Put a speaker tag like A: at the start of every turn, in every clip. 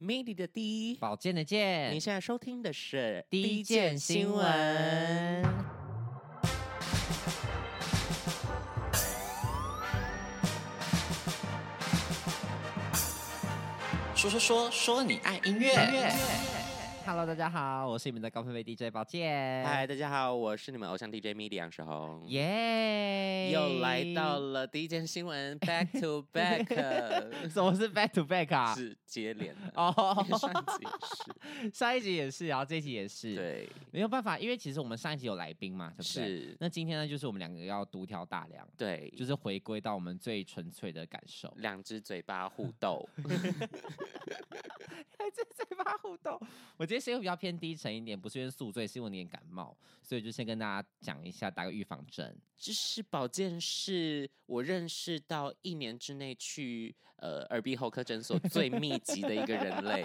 A: MIDI 的第一，
B: 保健的健
A: 您，现在收听的是
B: 第一件新闻。
C: 说说说说你爱音乐，
B: Hello，大家好，我是你们的高分贝 DJ 保健。
A: 嗨，大家好，我是你们偶像 DJ MIDI 杨世宏。
B: 耶
A: 又来到，了第一件新闻，back to back，
B: 什么是 back to back 啊？
A: 是接连的哦，
B: 哦，
A: 上一集也
B: 上一集也是，然后这一集也是，
A: 是，，对，
B: 没有办法，因为其实我们上一集有来宾嘛，对不对？
A: 是，嗯
B: 那今天呢，就是我们两个要独挑大梁，
A: 对，就
B: 就是是回归到我们最纯粹的感受。
A: 两只嘴巴互斗，
B: 还 在嘴巴互动。我今天声音比较偏低沉一点，不是因为宿醉，是因为我有点感冒，所以就先跟大家讲一下，打个预防针。
A: 就是保健是我认识到一年之内去呃耳鼻喉科诊所最密集的一个人类。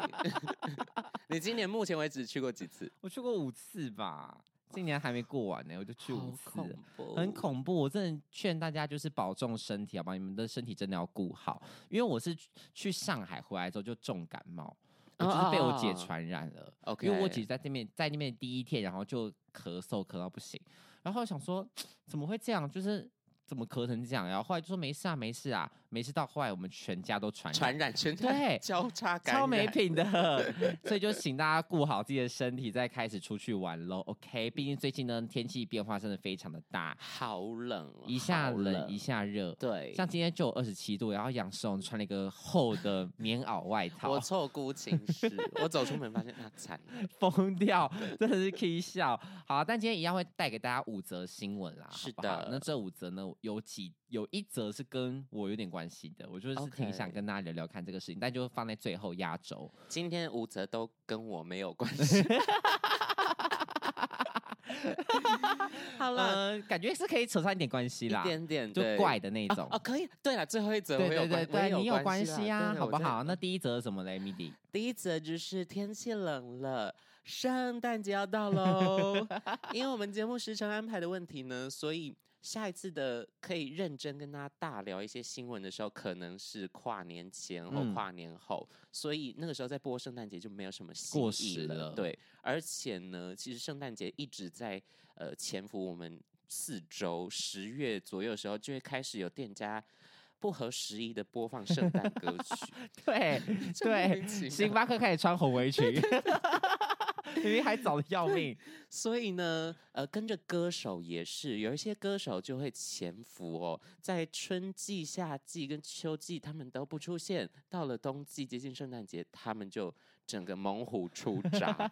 A: 你今年目前为止去过几次？
B: 我去过五次吧，今年还没过完呢、我就去五次
A: 好
B: 了。
A: 恐怖，哦
B: 很恐怖，我真的劝大家就是保重身体，好吧？你们的身体真的要顾好，因为我是去去上海回来之后就重感冒，我就是被我姐
A: 哦哦哦
B: 传染了。
A: OK，
B: 因为我姐在那边在那边第一天，然后就咳嗽咳到不行，然后想说怎么会这样，就是怎么咳成这样，然后后来就说没事啊，没事啊，没事。到后来我们全家都传染，
A: 传染全
B: 对
A: 交叉感染，
B: 超没品的， 所以就请大家顾好自己的身体，再开始出去玩喽。OK，毕竟最近呢天气变化真的非常的大，
A: 好冷哦，
B: 一下
A: 好
B: 冷一下热。
A: 对，
B: 像今天就有二十七度，然后杨世荣穿了一个厚的棉袄外套
A: 我，错估情势，我走出门发现他惨了，
B: 疯掉，真的是 K 笑。好，但今天一样会带给大家五则新闻啦，
A: 是
B: 好不好
A: 的
B: 那这五则呢，有几有一则是跟我有点关系的，我就是挺
A: OK
B: 想跟大家聊聊看这个事情，但就放在最后压轴。
A: 今天吴泽都跟我没有关 系。好了，
B: 呃，感觉是可以扯上一点关系
A: 一
B: 啦，
A: 点点
B: 就
A: 对
B: 怪的那一种。
A: 哦，可以。对了，最后一则
B: 对
A: 我有
B: 对对
A: 关我也
B: 对，你有关
A: 啦
B: 系啊，
A: 对
B: 好
A: 我
B: 不
A: 真的
B: 好？那第一则是什么嘞，Midi？
A: 第一则就是天气冷了，圣诞节要到喽。因为我们节目时程安排的问题呢，所以下一次的可以认真跟大家大聊一些新闻的时候，可能是跨年前或
B: 嗯
A: 跨年后，所以那个时候在播圣诞节就没有什么新
B: 过
A: 意
B: 时了
A: 对，而且呢，其实圣诞节一直在呃潜伏我们四周，十月左右的时候就会开始有店家。不合时宜的播放圣诞歌 曲，
B: 对
A: 真莫名其妙
B: 对，星巴克开始穿红围裙， 明明还早的要命。
A: 所以呢，呃，跟着歌手也是，有一些歌手就会潜伏哦，在春季、夏季跟秋季他们都不出现，到了冬季接近圣诞节，他们就整个猛虎出闸。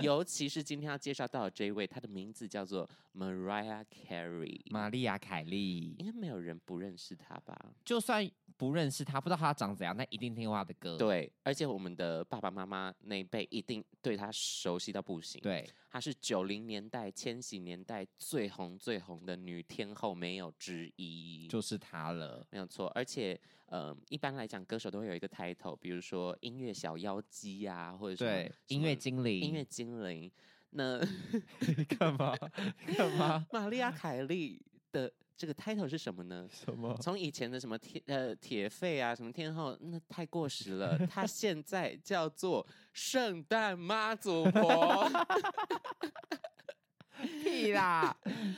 A: 尤其是今天要介绍到的这一位，他的名字叫做 Mariah Carey，
B: 玛丽亚·凯莉，
A: 应该没有人不认识他吧？
B: 就算不认识她，不知道她长怎样，但一定听过她的歌。
A: 对，而且我们的爸爸妈妈那一辈一定对他熟悉到不行。
B: 对，
A: 她是九零年代、千禧年代最红最红的女天后，没有之一，
B: 就是她了。
A: 没有错。而且，呃，一般来讲，歌手都会有一个 title，比如说音乐小妖姬呀、或者什么
B: 对，
A: 什
B: 音
A: 么
B: 乐精灵，
A: 音乐精灵。那
B: 干嘛干嘛
A: 玛丽亚·凯莉的这个 title 是什么呢？
B: 什么？
A: 从以前的什么天呃铁肺啊，什么天后，那太过时了。她现在叫做圣诞妈祖 婆。
B: 屁 啦！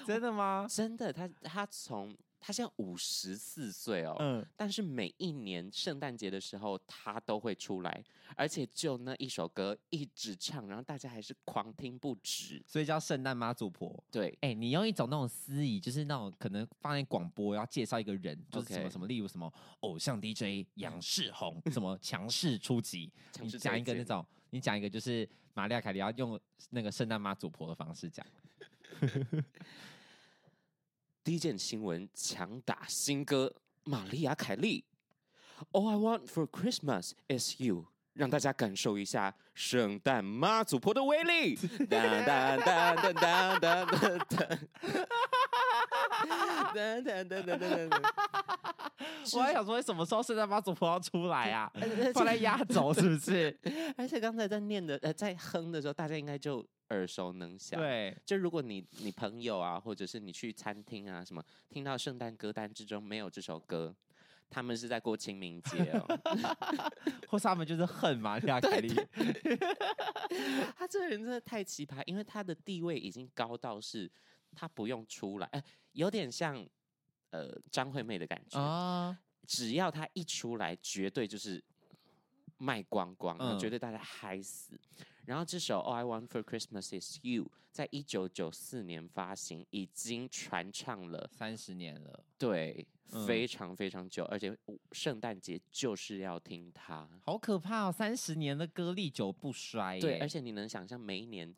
B: 真的吗？
A: 真的，他他从他现在五十四岁哦，
B: 嗯，
A: 但是每一年圣诞节的时候，他都会出来，而且就那一首歌一直唱，然后大家还是狂听不止。
B: 所以叫圣诞妈祖婆。
A: 对，
B: 哎、你用一种那种司仪，就是那种可能放在广播，然后介绍一个人，就是什么
A: OK
B: 什么，例如什么偶像 DJ 杨世 宏，什么强势出击，
A: 强
B: 你
A: 势
B: 讲
A: 推
B: 一个那
A: 荐
B: 种，你讲一个就是玛利亚凯莉要用那个圣诞妈祖婆的方式讲，
A: 第一件新闻，强打新歌，玛丽亚凯莉。All I want for Christmas is you，让大家感受一下圣诞妈祖婆的威力。哒哒哒哒哒哒哒哒。哒哒哒哒哒哒。
B: 我还想说哎什么时候圣诞妈祖婆要出来啊？放在压轴是不是？
A: 而且刚才在念的呃，在哼的时候，大家应该就耳熟能详。，
B: 对，
A: 就如果你你朋友啊，或者是你去餐厅啊什么，听到圣诞歌单之中没有这首歌，他们是在过清明节哦。
B: 或是他们就是恨玛利亚凯莉，
A: 他这个人真的太奇葩，因为他的地位已经高到是他不用出来，呃、有点像呃张惠妹的感觉。
B: 啊，
A: 只要他一出来，绝对就是卖光光，然后绝
B: 嗯
A: 对大家嗨死。然后这首《All I Want for Christmas Is You》在一九九四年发行，已经传唱了
B: 三十年了，
A: 对
B: 嗯
A: 非常非常久，而且圣诞节就是要听它。
B: 好可怕哦！三十年的歌历久不衰耶，
A: 对，哎而且你能想象每一年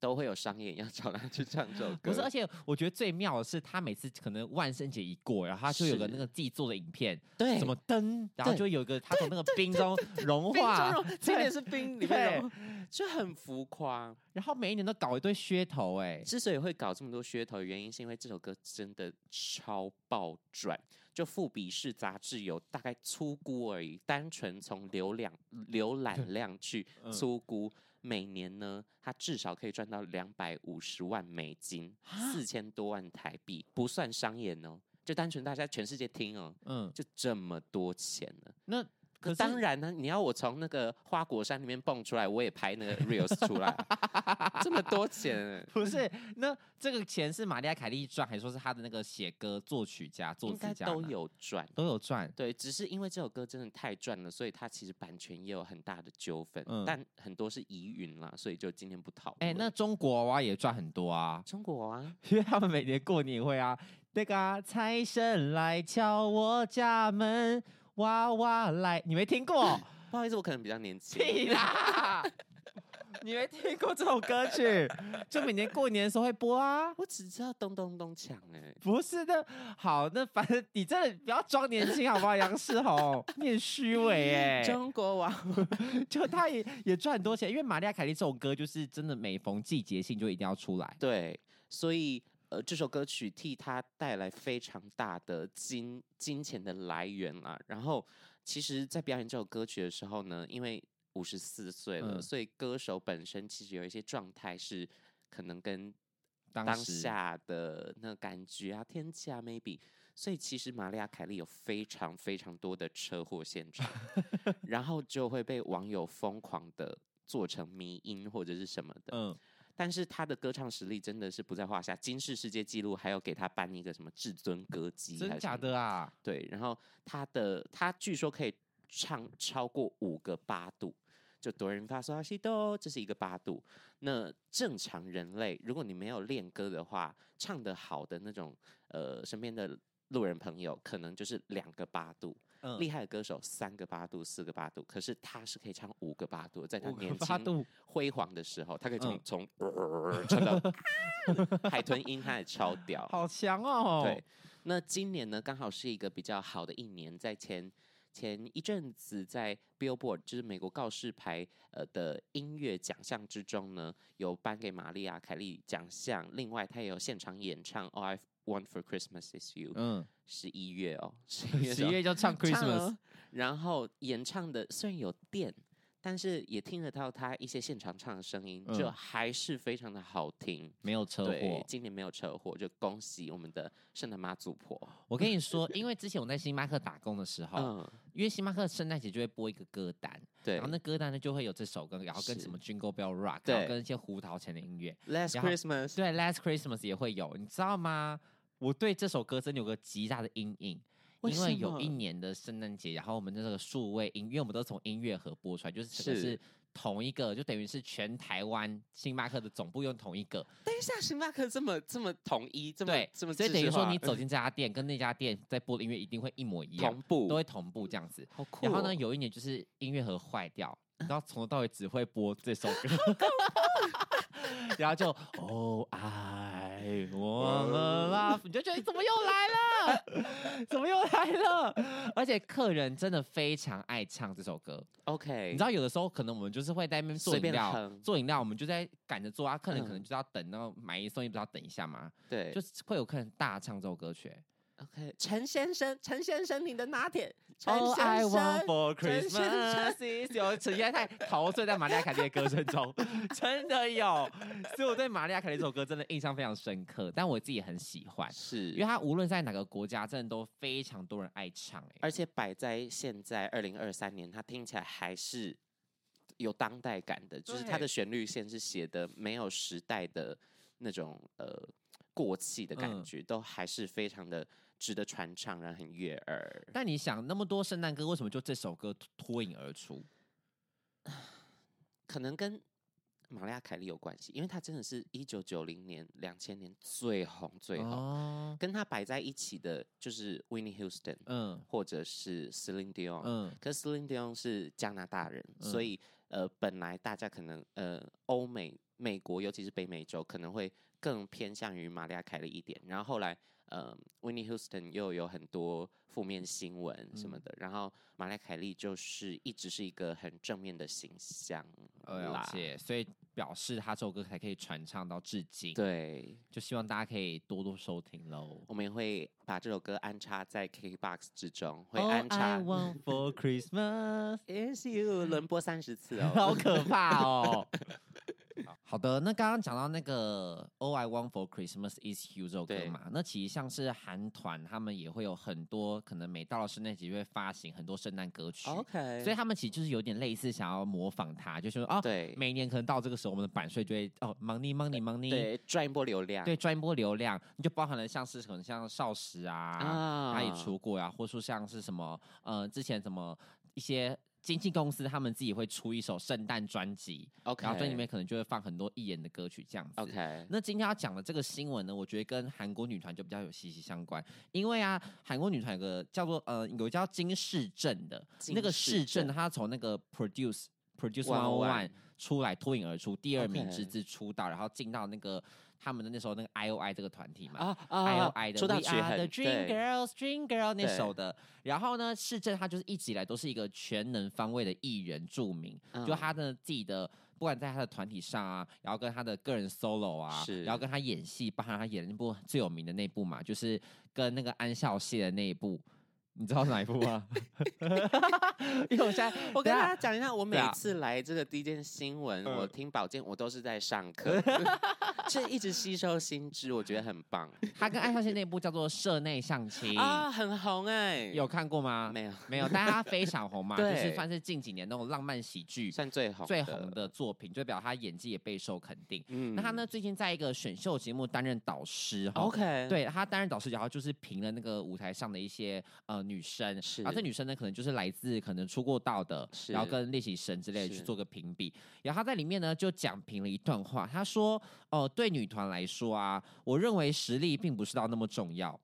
A: 都会有商演要找他去唱这首歌，
B: 不是，而且我觉得最妙的是，他每次可能万圣节一过，然后他就有个那
A: 是
B: 个自己做的影片，
A: 对
B: 什么灯，然后
A: 对
B: 就有一个他从那个冰中融
A: 冰
B: 化
A: 中，融，这
B: 对
A: 也是冰里面融，就很浮夸。
B: 然后每一年都搞一堆噱头，哎，
A: 之所以会搞这么多噱头，原因是因为这首歌真的超爆赚。就《富比士》杂志有大概粗估而已，单纯从浏览浏览量去
B: 嗯
A: 粗估，每年呢，它至少可以赚到两百五十万美金，
B: 啊
A: 四千多万台币，不算商演哦，就单纯大家全世界听哦，
B: 嗯，
A: 就这么多钱呢。
B: 那可
A: 可
B: 是
A: 当然呢、你要我从那个花果山里面蹦出来，我也拍那个 reels 出来啊，这么多钱欸、
B: 不是，那这个钱是玛利亚凯莉赚，还是说是他的那个写歌作曲家、作
A: 应
B: 词
A: 该
B: 家
A: 都
B: 呢
A: 有赚。
B: 都有赚，
A: 对，只是因为这首歌真的太赚了，所以它其实版权也有很大的纠纷，
B: 嗯
A: 但很多是疑云啦，所以就今天不讨
B: 哎、
A: 论。
B: 那中国娃娃也赚很多啊，
A: 中国啊，
B: 因为他们每年过年会啊，那个啊财神来敲我家门，娃娃来，你没听过？
A: 不好意思，我可能比较年轻。
B: 屁啦！你没听过这首歌 曲？就每年过年的时候会播啊。
A: 我只知道咚咚咚锵哎、
B: 不是的，好，那反正你真的不要装年轻好不好？杨世宏，你很虚伪哎、
A: 中国娃
B: 就他也也赚很多钱，因为玛利亚凯莉这首歌就是真的每逢季节性就一定要出来。
A: 对，所以呃，这首歌曲替他带来非常大的金金钱的来源啦。然后，其实，在表演这首歌曲的时候呢，因为五十四岁了，
B: 嗯
A: 所以歌手本身其实有一些状态是可能跟
B: 当
A: 当
B: 时
A: 下的那感觉啊、天气啊，maybe。所以其实玛利亚·凯莉有非常非常多的车祸现 场，然后就会被网友疯狂的做成迷音或者是什么的。
B: 嗯，
A: 但是她的歌唱实力真的是不在话下，金氏世界纪录还要给她颁一个什么至尊歌姬，
B: 真假？的啊？
A: 对，然后她的她据说可以唱超过五个八度。就哆人发嗦拉西哆，这是一个八度。那正常人类，如果你没有练歌的话，唱得好的那种，呃，身边的路人朋友可能就是两个八度，
B: 嗯
A: 厉害的歌手三个八度、四个八度，可是他是可以唱五个八度，在他
B: 五
A: 年
B: 个八
A: 轻
B: 度，
A: 辉煌的时候，他可以从
B: 嗯
A: 从、呃唱到海豚音，他也超屌。
B: 好强哦！
A: 对，，那今年呢，刚好是一个比较好的一年，在前前一阵子，在 Billboard 就是美国告示牌呃的音乐奖项之中呢，有颁给玛丽亚·凯莉奖项，另外她也有现场演唱《All I Want for Christmas Is You》，
B: 嗯，
A: 十一月哦，十一月的时
B: 十
A: 候
B: 一月就唱 Christmas，
A: 哦然后演唱的虽然有电，但是也听得到他一些现场唱的声音，就
B: 嗯
A: 还是非常的好听。
B: 没有车
A: 对
B: 祸，。
A: 今年没有车祸，就恭喜我们的圣诞妈祖婆。
B: 我跟你说，因为之前我在星巴克打工的时候，
A: 嗯，
B: 因为星巴克圣诞节就会播一个歌单，
A: 对
B: 然后那歌单呢就会有这首歌，然后跟
A: 是
B: 什么 Jingle Bell Rock，然后
A: 对
B: 跟一些胡桃钳的音乐。
A: ，Last
B: 然后
A: Christmas，
B: 对，Last Christmas 也会有，你知道吗？我对这首歌真的有个极大的阴影，
A: 为
B: 因为
A: 什
B: 有一
A: 么
B: 年的圣诞节，然后我们的那个数位音，因为我们都从音乐盒播出来，就是整个
A: 是
B: 是同一个，就等于是全台湾星巴克的总部用同一个，
A: 等一下，星巴克这么这么统一，这么
B: 对，
A: 这么
B: 所以
A: 制
B: 等于
A: 式
B: 说
A: 化
B: 你走进这家店跟那家店在播的音乐一定会一模一样，
A: 同步
B: 都会同步这样子。
A: 好酷、哦。嗯
B: 然后呢，有一年就是音乐盒坏掉，然后从头到尾只会播这首 歌， 然后就哦爱我们啦，你就觉得怎么又 来了，怎么又来了？而且客人真的非常爱唱这首歌，
A: OK，
B: 哦你知道有的时候可能我们就是会在那边做
A: 随
B: 饮
A: 便
B: 料
A: 哼，
B: 做饮料我们就在赶着做啊，客人可
A: 嗯
B: 能就是要等，然后买一送一不知道等一下嘛，
A: 对，
B: 就是会有客人大唱这首歌曲。
A: OK，陈先生，陈先生，你的拿铁，陈
B: All I
A: 先
B: want
A: 生，
B: for
A: 陈先生
B: Christmas is 有陈现在陶醉在玛利亚凯莉的歌声中， 真的有。所以我对玛利亚凯莉这首歌真的印象非常深刻，但我自己也很喜欢，因为
A: 是，
B: 它无论在哪个国家，真的都非常多人爱唱、欸。
A: 而且摆在现在二零二三年，它听起来还是有当代感的，就是它
B: 对
A: 的旋律线是写的没有时代的那种呃过气的感
B: 嗯
A: 觉，都还是非常的值得传唱，然后很悦耳。
B: 但你想，那么多圣诞歌，为什么就这首歌脱脱颖而出？
A: 可能跟玛利亚凯莉有关系，因为她真的是一九九零年、两千年最红最红，
B: 哦，
A: 跟她摆在一起的就是 Winnie Houston
B: 嗯
A: 或者是 Celine Dion。
B: 嗯，
A: 可是 Celine Dion 是加拿大人，
B: 嗯
A: 所以呃，本来大家可能呃，欧美、美国，尤其是北美洲，可能会更偏向于玛利亚凯莉一点。然后后来，呃，Winnie Houston 又有很多负面新闻什么
B: 嗯
A: 的，然后玛利亚凯莉就是一直是一个很正面的形象
B: 哦了
A: 啦。
B: 解。所以表示他这首歌才可以传唱到至今，
A: 对，
B: 就希望大家可以多多收听喽。
A: 我们也会把这首歌安插在 KKBOX 之中，会
B: All
A: 安
B: 哦 I
A: 插。
B: want for Christmas，
A: Is you 轮播三十次哦，
B: 好可怕哦。好好的，那刚刚讲到那个 All I Want for Christmas Is You 这首歌
A: 对
B: 嘛，那其实像是韩团，他们也会有很多可能每到了圣诞节就会发行很多圣诞歌曲
A: OK，
B: 所以他们其实就是有点类似想要模仿他，就是说哦，
A: 对
B: 每年可能到这个时候，我们的版税就会哦，money money money，
A: 对赚一波流量，
B: 对，赚一波流量，就包含了像是可能像少时啊，
A: 啊
B: 他也出过呀、或是像是什么呃，之前什么一些经纪公司他们自己会出一首圣诞专辑，
A: OK，
B: 然后这里面可能就会放很多艺人的歌曲这样子。
A: 哦 OK，
B: 那今天要讲的这个新闻呢，我觉得跟韩国女团就比较有息息相关，因为啊，韩国女团有个叫做呃，有个叫金世镇的
A: 金
B: 那个
A: 世
B: 世镇，
A: 镇
B: 她从那个 Produce Produce One
A: One
B: One 出来脱颖而出，第二名
A: OK
B: 之姿出道，然后进到那个他们的那时候那个 I O I 这个团体嘛。
A: 啊
B: I O
A: 啊
B: I 的
A: 出道
B: We
A: 曲
B: Are
A: 很
B: the Dream
A: 对
B: Girls Dream Girl 那
A: 对
B: 首的，然后呢，世正他就是一直以来都是一个全能方位的艺人著名，就
A: 嗯
B: 他的自己的，不管在他的团体上啊，然后跟他的个人 solo 啊，
A: 是
B: 然后跟他演戏，包含他演那部最有名的那部嘛，就是跟那个安孝燮的那一部，你知道是哪一部吗？ 因为我现在
A: 我跟
B: 等一
A: 大
B: 下
A: 家讲一下，我每
B: 对啊
A: 次来这个第一件新闻，我
B: 嗯
A: 听保健，我都是在上课， 这一直吸收新知，我觉得很 棒
B: 他跟安孝燮那部叫做《社内相亲》
A: 啊，很红哎，
B: 有看过吗？
A: 没有？
B: 没有，但他非常红嘛，就
A: 对
B: 是算是近几年那种浪漫喜剧
A: 算最红
B: 最红，的作品，就表示他演技也备受肯定。
A: 嗯哦
B: 那他呢，最近在一个选秀节目担任导师哈。
A: ？OK，，
B: 对他担任导师，然后就是评了那个舞台上的一些呃女生，
A: 是
B: 然后这女生呢可能就是来自可能出过道的，
A: 是
B: 然后跟练习生之类的
A: 是
B: 去做个评比。然后他在里面呢就讲评了一段话，他说：“哦、对女团来说啊，我认为实力并不是到那么重要，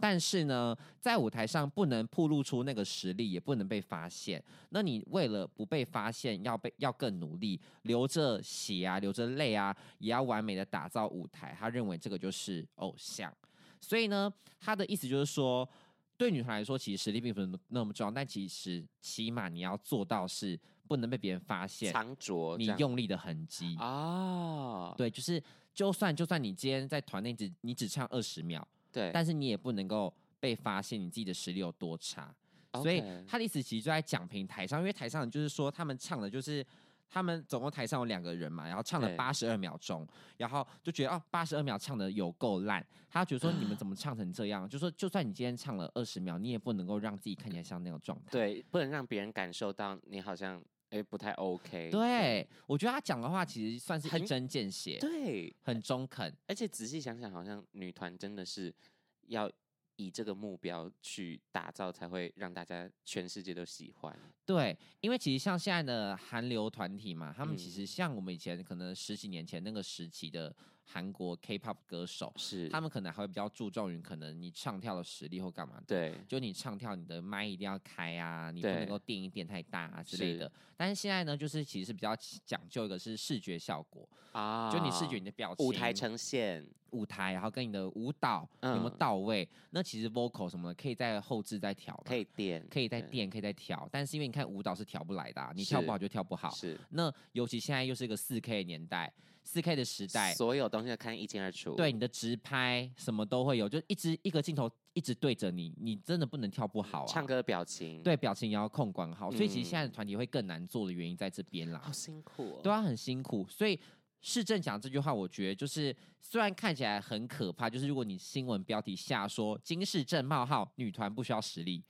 B: 但是呢，在舞台上不能暴露出那个实力，也不能被发现。那你为了不被发现，要被要更努力，流着血啊，流着泪啊，也要完美的打造舞台。他认为这个就是偶像，所以呢，他的意思就是说，对女团来说，其实实力并不是那么重要，但其实起码你要做到是不能被别人发现
A: 藏拙这
B: 你
A: 样，哦
B: 用力的痕迹。
A: 啊，
B: 对，就是就算就算你今天在团内只你只唱二十秒。
A: 对，
B: 但是你也不能够被发现你自己的实力有多差。所以
A: OK
B: 他的意思其实就在讲评台上，因为台上就是说他们唱的就是。他们总共台上有两个人嘛，然后唱了
A: 对
B: 八十二秒钟，然后就觉得哦，八十二秒唱的有够烂。他觉得说 你们怎么唱成这样？就说就算你今天唱了二十秒，你也不能够让自己看起来像那种状态。
A: 对，不能让别人感受到你好像哎不太 OK，
B: 对，我觉得他讲的话其实算是一
A: 很
B: 针见血，
A: 对，
B: 很中肯。
A: 而且仔细想想，好像女团真的是要以这个目标去打造，才会让大家全世界都喜欢。
B: 对，因为其实像现在的韩流团体嘛，他们其
A: 嗯
B: 实像我们以前可能十几年前那个时期的韩国 K-pop 歌手，
A: 是
B: 他们可能还会比较注重于可能你唱跳的实力或干嘛的。
A: 对
B: 就你唱跳，你的麦一定要开啊，你不能
A: 对
B: 够电音电太大啊之类
A: 是
B: 的。但是现在呢，就是其实是比较讲究一个是视觉效果，
A: 啊
B: 就你视觉你的表情、
A: 舞台呈现，
B: 舞台，然后跟你的舞蹈有没有
A: 嗯
B: 到位，那其实 vocal 什么的可以在后置再调嘛，
A: 可以点，
B: 可以再
A: 对
B: 垫，可以再调，但是因为你看舞蹈是调不来的、啊，你跳不
A: 是
B: 好就跳不好。
A: 是
B: 那尤其现在又是一个四 K 的年代，四 K 的时代，
A: 所有东西都看一清二楚。
B: 对，你的直拍什么都会有，就一直一个镜头一直对着你，你真的不能跳不好啊。
A: 嗯唱歌的表情，，
B: 对表情也要控管好，所以其实现在
A: 嗯
B: 的团体会更难做的原因在这边啦。
A: 好辛苦、哦。
B: 对啊，很辛苦。所以市政讲这句话，我觉得就是虽然看起来很可怕，就是如果你新闻标题下说“金市政冒号女团不需要实力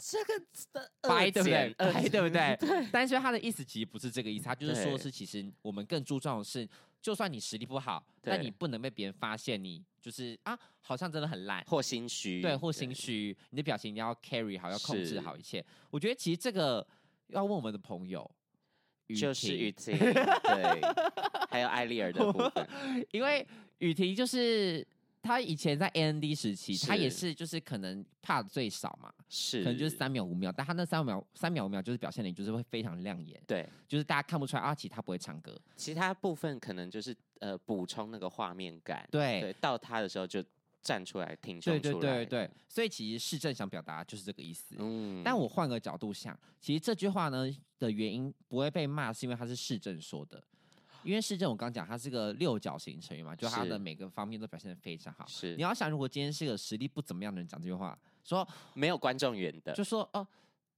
A: 这个的”，
B: 掰对不对？
A: 二
B: 掰
A: 剪
B: 对不对？ 但是他的意思其实不是这个意思，他就是
A: 对
B: 说是其实我们更注重的是，就算你实力不好，但
A: 对
B: 你不能被别人发现你就是啊，好像真的很烂。
A: 或心虚，
B: 对，或心虚，你的表情你要 carry 好，要控制
A: 是
B: 好一切。我觉得其实这个要问我们的朋友，雨
A: 就是
B: 婷
A: 雨婷， 对，还有艾丽儿的部分，
B: 因为雨婷就是她以前在 AND 时期，她也
A: 是
B: 是就是可能怕最少嘛，
A: 是，
B: 可能就是三秒五秒，但她那三秒三秒五秒就是表现的就是会非常亮眼，
A: 对，
B: 就是大家看不出来啊，其实她不会唱歌，
A: 其他部分可能就是呃补充那个画面感，
B: 对。
A: 到他的时候就站出来挺
B: 对
A: 胸
B: 对
A: 出来，
B: 对对，，所以其实市政想表达就是这个意思。
A: 嗯
B: 但我换个角度想，其实这句话呢的原因不会被骂，是因为他是市政说的。因为市政我刚讲，他是个六角形成员嘛，就他
A: 是
B: 的每个方面都表现的非常好。
A: 是
B: 你要想，如果今天是个实力不怎么样的人讲这句话，说
A: 没有观众缘的，
B: 就说呃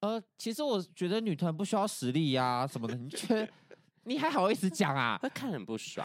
B: 呃，其实我觉得女团不需要实力呀、什么的，你就觉得 你还好意思讲啊？
A: 会看很不爽，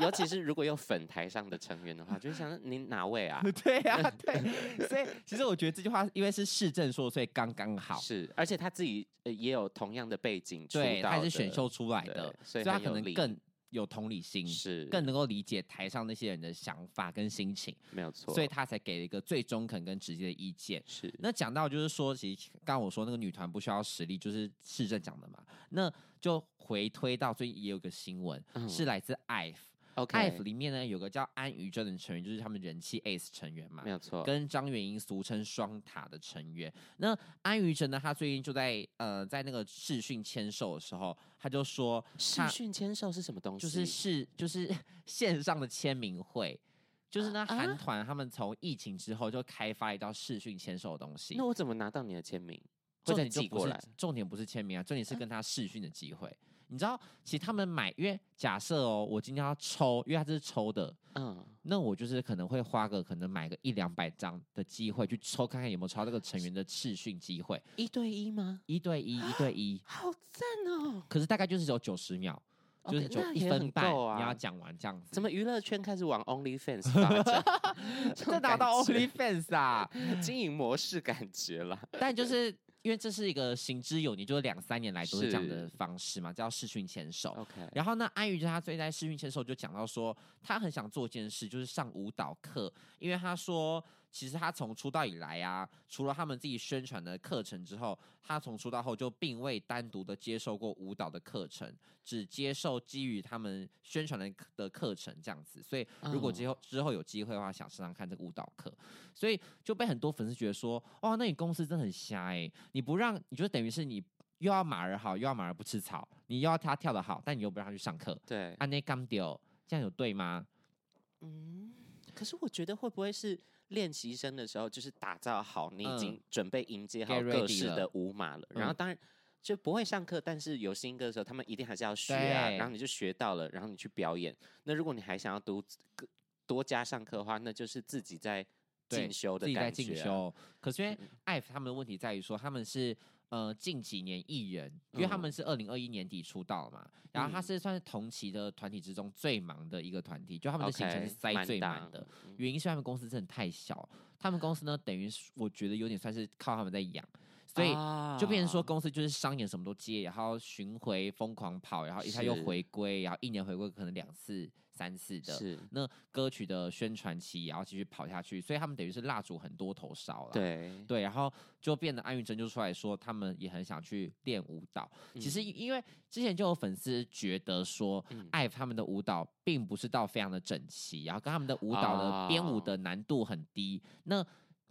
A: 尤其是如果有粉台上的成员的话，就会想说你哪位啊？
B: 对呀、 对，所以其实我觉得这句话因为是市政说的，所以刚刚 好。
A: 是，而且他自己呃也有同样的背景出道的，
B: 对，他也是选秀出来
A: 对
B: 的，
A: 所以
B: 他
A: 很
B: 可
A: 有
B: 能
A: 力
B: 更有同理心，
A: 是
B: 更能够理解台上那些人的想法跟心情，
A: 没有错，
B: 所以他才给了一个最中肯跟直接的意见。
A: 是
B: 那讲到就是说，其实刚刚我说那个女团不需要实力，就是市政讲的嘛。那就回推到最近也有个新闻，
A: 嗯
B: 是来自 IF，IF、
A: OK，
B: 里面呢有个叫安于真的成员，就是他们人气 ACE 成员嘛
A: 没。有错，
B: 跟张元英俗称双塔的成员。那安于真呢，他最近就在呃在那个视讯签售的时候，他就说
A: 视
B: 他
A: 讯签售是什么东西？
B: 就是是就是 线上的签名会。就是呢，
A: 啊
B: 韩团他们从疫情之后就开发一道视讯签售的东西
A: 那，我怎么拿到你的签名？或
B: 重
A: 者
B: 点就
A: 寄
B: 不
A: 过
B: 是
A: 来？
B: 重点不是签名啊，重点是跟他视讯的机会。你知道，其实他们买，因为假设哦，我今天要抽，因为他这是抽的，
A: 嗯，
B: 那我就是可能会花个可能买个一两百张的机会去抽，看看有没有抽到这个成员的试训机会，
A: 一对一吗？。
B: 一对一，一对一
A: 好赞哦！
B: 可是大概就是只有九十秒，就是
A: OK，
B: 只有
A: 哦那
B: 一
A: 也
B: 分
A: 很
B: 半，
A: 够啊
B: 你要讲完这样子。
A: 怎么娱乐圈开始往 OnlyFans 发 展？
B: 这拿到 OnlyFans 啊？
A: 经营模式感觉啦。
B: 但就是因为这是一个行之有年，就是两三年来都是这样的
A: 是
B: 方式嘛，叫试训签售。
A: OK，
B: 然后呢，安于就他最近在试训签的时候就讲到说，他很想做一件事，就是上舞蹈课，因为他说，其实他从出道以来啊，除了他们自己宣传的课程之后，他从出道后就并未单独的接受过舞蹈的课程，只接受基于他们宣传的课的课程这样子。所以如果之后之后有机会的话，想试上看这个舞蹈课，所以就被很多粉丝觉得说，哦，那你公司真的很瞎哎、你不让，你就等于是你又要马儿好，又要马儿不吃草，你又要他跳得好，但你又不让他去上课，
A: 对，
B: 安内干掉，这样有对吗？
A: 嗯，可是我觉得会不会是练习生的时候，就是打造好，你已
B: 嗯
A: 经准备迎接好
B: Get
A: 各
B: ready
A: 式
B: 了
A: 的舞码了，然后
B: 嗯
A: 当然。就不会上课，但是有新歌的时候，他们一定还是要学啊。
B: 对
A: 然后你就学到了，然后你去表演。那如果你还想要读更多加上课的话，那就是自己在
B: 对
A: 进修
B: 自
A: 的
B: 己在
A: 感觉啊、嗯
B: 进修，可是因为艾弗他们的问题在于说他们是。呃，近几年艺人，因为他们是二零二一年底出道嘛，然后他
A: 嗯
B: 是算是同期的团体之中最忙的一个团体，就他们的
A: OK，
B: 行程是塞
A: 满
B: 最
A: 档
B: 满的。
A: 嗯
B: 原因是他们公司真的太小，他们公司呢等于是我觉得有点算是靠他们在养，所以就变成说
A: 啊
B: 公司就是商演什么都接，然后巡回疯狂跑，然后一下又
A: 是
B: 回归，然后一年回归可能两次、三次的。
A: 是
B: 那歌曲的宣传期也要继续跑下去，所以他们等于是蜡烛很多头烧了。
A: 对，
B: 对，然后就变得安玉珍就出来说，他们也很想去练舞蹈。其实因为之前就有粉丝觉得说，
A: 嗯
B: 艾弗他们的舞蹈
A: 啊
B: 并不是到非常的整齐，然后跟他们的舞蹈的编舞
A: 哦
B: 的难度很低。那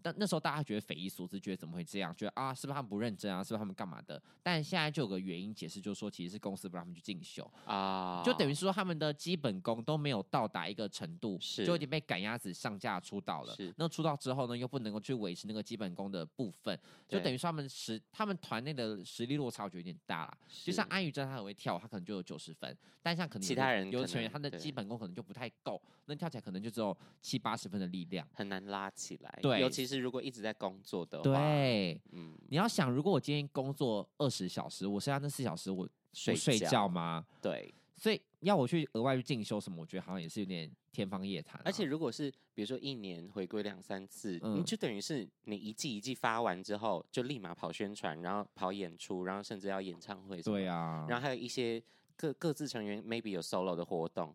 B: 但那时候大家觉得匪夷所思，觉得怎么会这样？觉得啊，是不是他们不认真啊？是不是他们干嘛的？但现在就有个原因解释，就是说其实是公司不让他们去进修，
A: 啊，
B: 就等于是说他们的基本功都没有到达一个程度，
A: 是
B: 就已经被赶鸭子上架出道了
A: 是。
B: 那出道之后呢，又不能够去维持那个基本功的部分，就
A: 对
B: 等于说他们实他们团内的实力落差，我觉得有点大啦。就是像安宇真，他很会跳，他可能就有九十分，但像可能有
A: 其
B: 的
A: 他人
B: 有的
A: 可
B: 成员
A: 能
B: 他的
A: 对
B: 基本功可能就不太够，那跳起来可能就只有七八十分的力量。
A: 很难拉起来，
B: 对
A: 尤其是如果一直在工作的话，，
B: 对，
A: 嗯，
B: 你要想，如果我今天工作二十小时，我剩下那四小时我
A: 睡
B: 我睡觉吗？
A: 对，
B: 所以要我去额外去进修什么，我觉得好像也是有点天方夜谭啊、
A: 而且如果是比如说一年回归两三次，
B: 嗯
A: 你就等于是你一季一季发完之后，就立马跑宣传，然后跑演出，然后甚至要演唱会，
B: 对，啊，
A: 然后还有一些各各自成员 maybe 有 solo 的活动，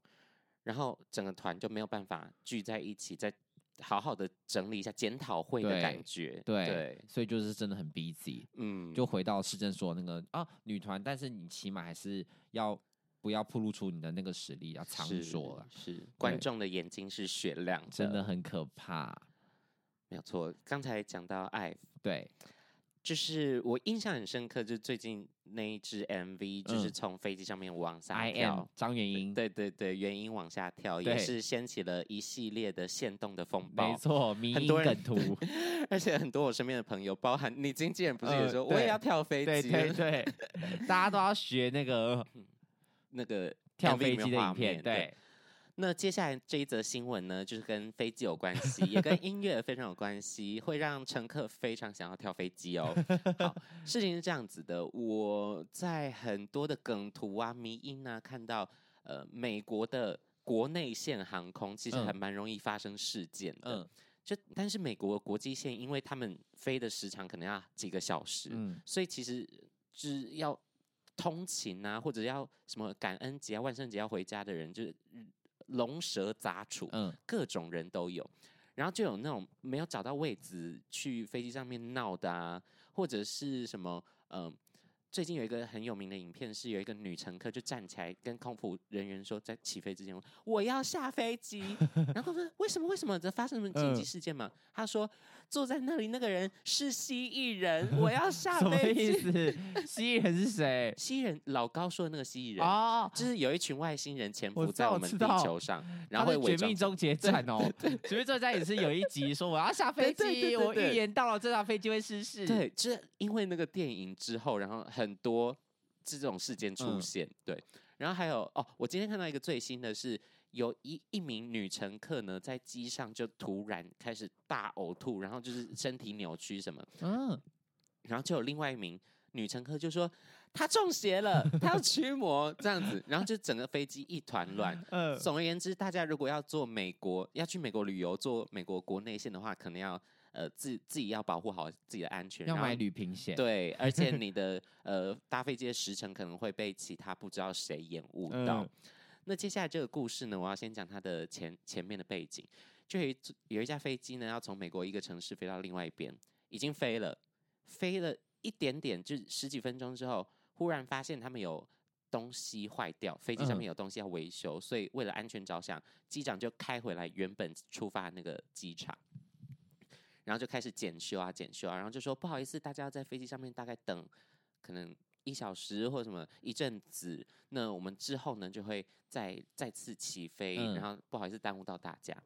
A: 然后整个团就没有办法聚在一起，再好好的整理一下检讨会的
B: 对
A: 感觉，
B: 对所以就是真的很逼自己。
A: 嗯，
B: 就回到市政所那个啊，女团，但是你起码还是要不要暴露出你的那个实力，要藏
A: 是
B: 拙了，
A: 是观
B: 对
A: 众的眼睛是雪亮的，
B: 真的很可怕。
A: 没有错。刚才讲到爱
B: 对，
A: 就是我印象很深刻，就是最近那一支 MV，就是
B: 嗯
A: 从飞机上面往下
B: I am
A: 跳。
B: 张元英，
A: 对对对，原因往下跳也
B: 对
A: 是掀起了一系列的限动的风
B: 没
A: 暴，
B: 错，迷
A: 很
B: 因
A: 多人
B: 梗图，
A: 而且很多我身边的朋友，包含你经纪人，不是也
B: 呃
A: 说、我也
B: 对
A: 要跳飞
B: 对
A: 机？
B: 对对，大家都要学那个
A: 那个
B: 跳
A: 嗯 MV 里
B: 飞
A: 面
B: 机的
A: 画
B: 影片，
A: 面对
B: 对。
A: 那接下来这一则新闻呢，就是跟飞机有关系，也 跟音乐非常有关系，会让乘客非常想要跳飞机哦。好， 事情是这样子的，我在很多的梗图啊、迷音啊看到，呃，美国的国内线航空其实
B: 嗯
A: 还蛮容易发生事件的。
B: 嗯
A: 就但是美国国际线，因为他们飞的时长可能要几个小时，
B: 嗯，
A: 所以其实就是要通勤啊，或者要什么感恩节啊、万圣节要回家的人，就是嗯龙蛇杂处，
B: 嗯，
A: 各种人都有。然后就有那种没有找到位置去飞机上面闹的啊，或者是什么，嗯、最近有一个很有名的影片，是有一个女乘客就站起来跟空服人员说，在起飞之前我要下飞机，然后呢，为什么为什么这发生什么紧急
B: 嗯
A: 事件嘛？她说坐在那里那个人是蜥蜴人，我 要下
B: 什么
A: 飞
B: 意
A: 机。
B: 思？ 蜥蜴人是谁？
A: 蜥蜴人老高说的那个蜥蜴人，
B: 哦，
A: 就是啊有一群外星人潜
B: 我
A: 伏
B: 知
A: 在
B: 道
A: 我
B: 我
A: 们
B: 知
A: 地
B: 道
A: 球上，然后
B: 他
A: 会
B: 是
A: 伪
B: 绝
A: 装
B: 命终结战》哦，《绝命终结战》也是有一集说我要下
A: 对
B: 飞
A: 对对
B: 机，
A: 对
B: 我
A: 对
B: 预言到了这架飞机会失事。
A: 对，就是因为那个电影之后，然后很多这种事件出
B: 嗯
A: 现。对，然后还有哦，我今天看到一个最新的是，有一一名女乘客呢在机上就突然开始大呕吐，然后就是身体扭曲什么，
B: 嗯，
A: 然后就有另外一名女乘客就说她中邪了，她要驱魔这样子，然后就整个飞机一团 乱。
B: 嗯
A: 总而言之，大家如果要做美国，要去美国旅游，做美国国内线的话，可能要呃自自己要保护好自己的安全，
B: 要
A: 然后
B: 买旅行险。
A: 对，而且你的呃搭飞机的时程可能会被其他不知道谁延误到。
B: 嗯
A: 那接下来这个故事呢，我要先讲它的前前面的背景。就有一组有一架飞机呢，要从美国一个城市飞到另外一边，已经飞了，飞了一点点，就十几分钟之后，忽然发现他们有东西坏掉，飞机上
B: 嗯
A: 面有东西要维修，所以为了安全着想，机长就开回来原本出发那个机场。然后就开始检修啊，检修啊，然后就说不好意思，大家要在飞机上面大概等可能一小时或什么一阵子，那我们之后呢就会再再次起飞，
B: 嗯
A: 然后不好意思耽误到大家。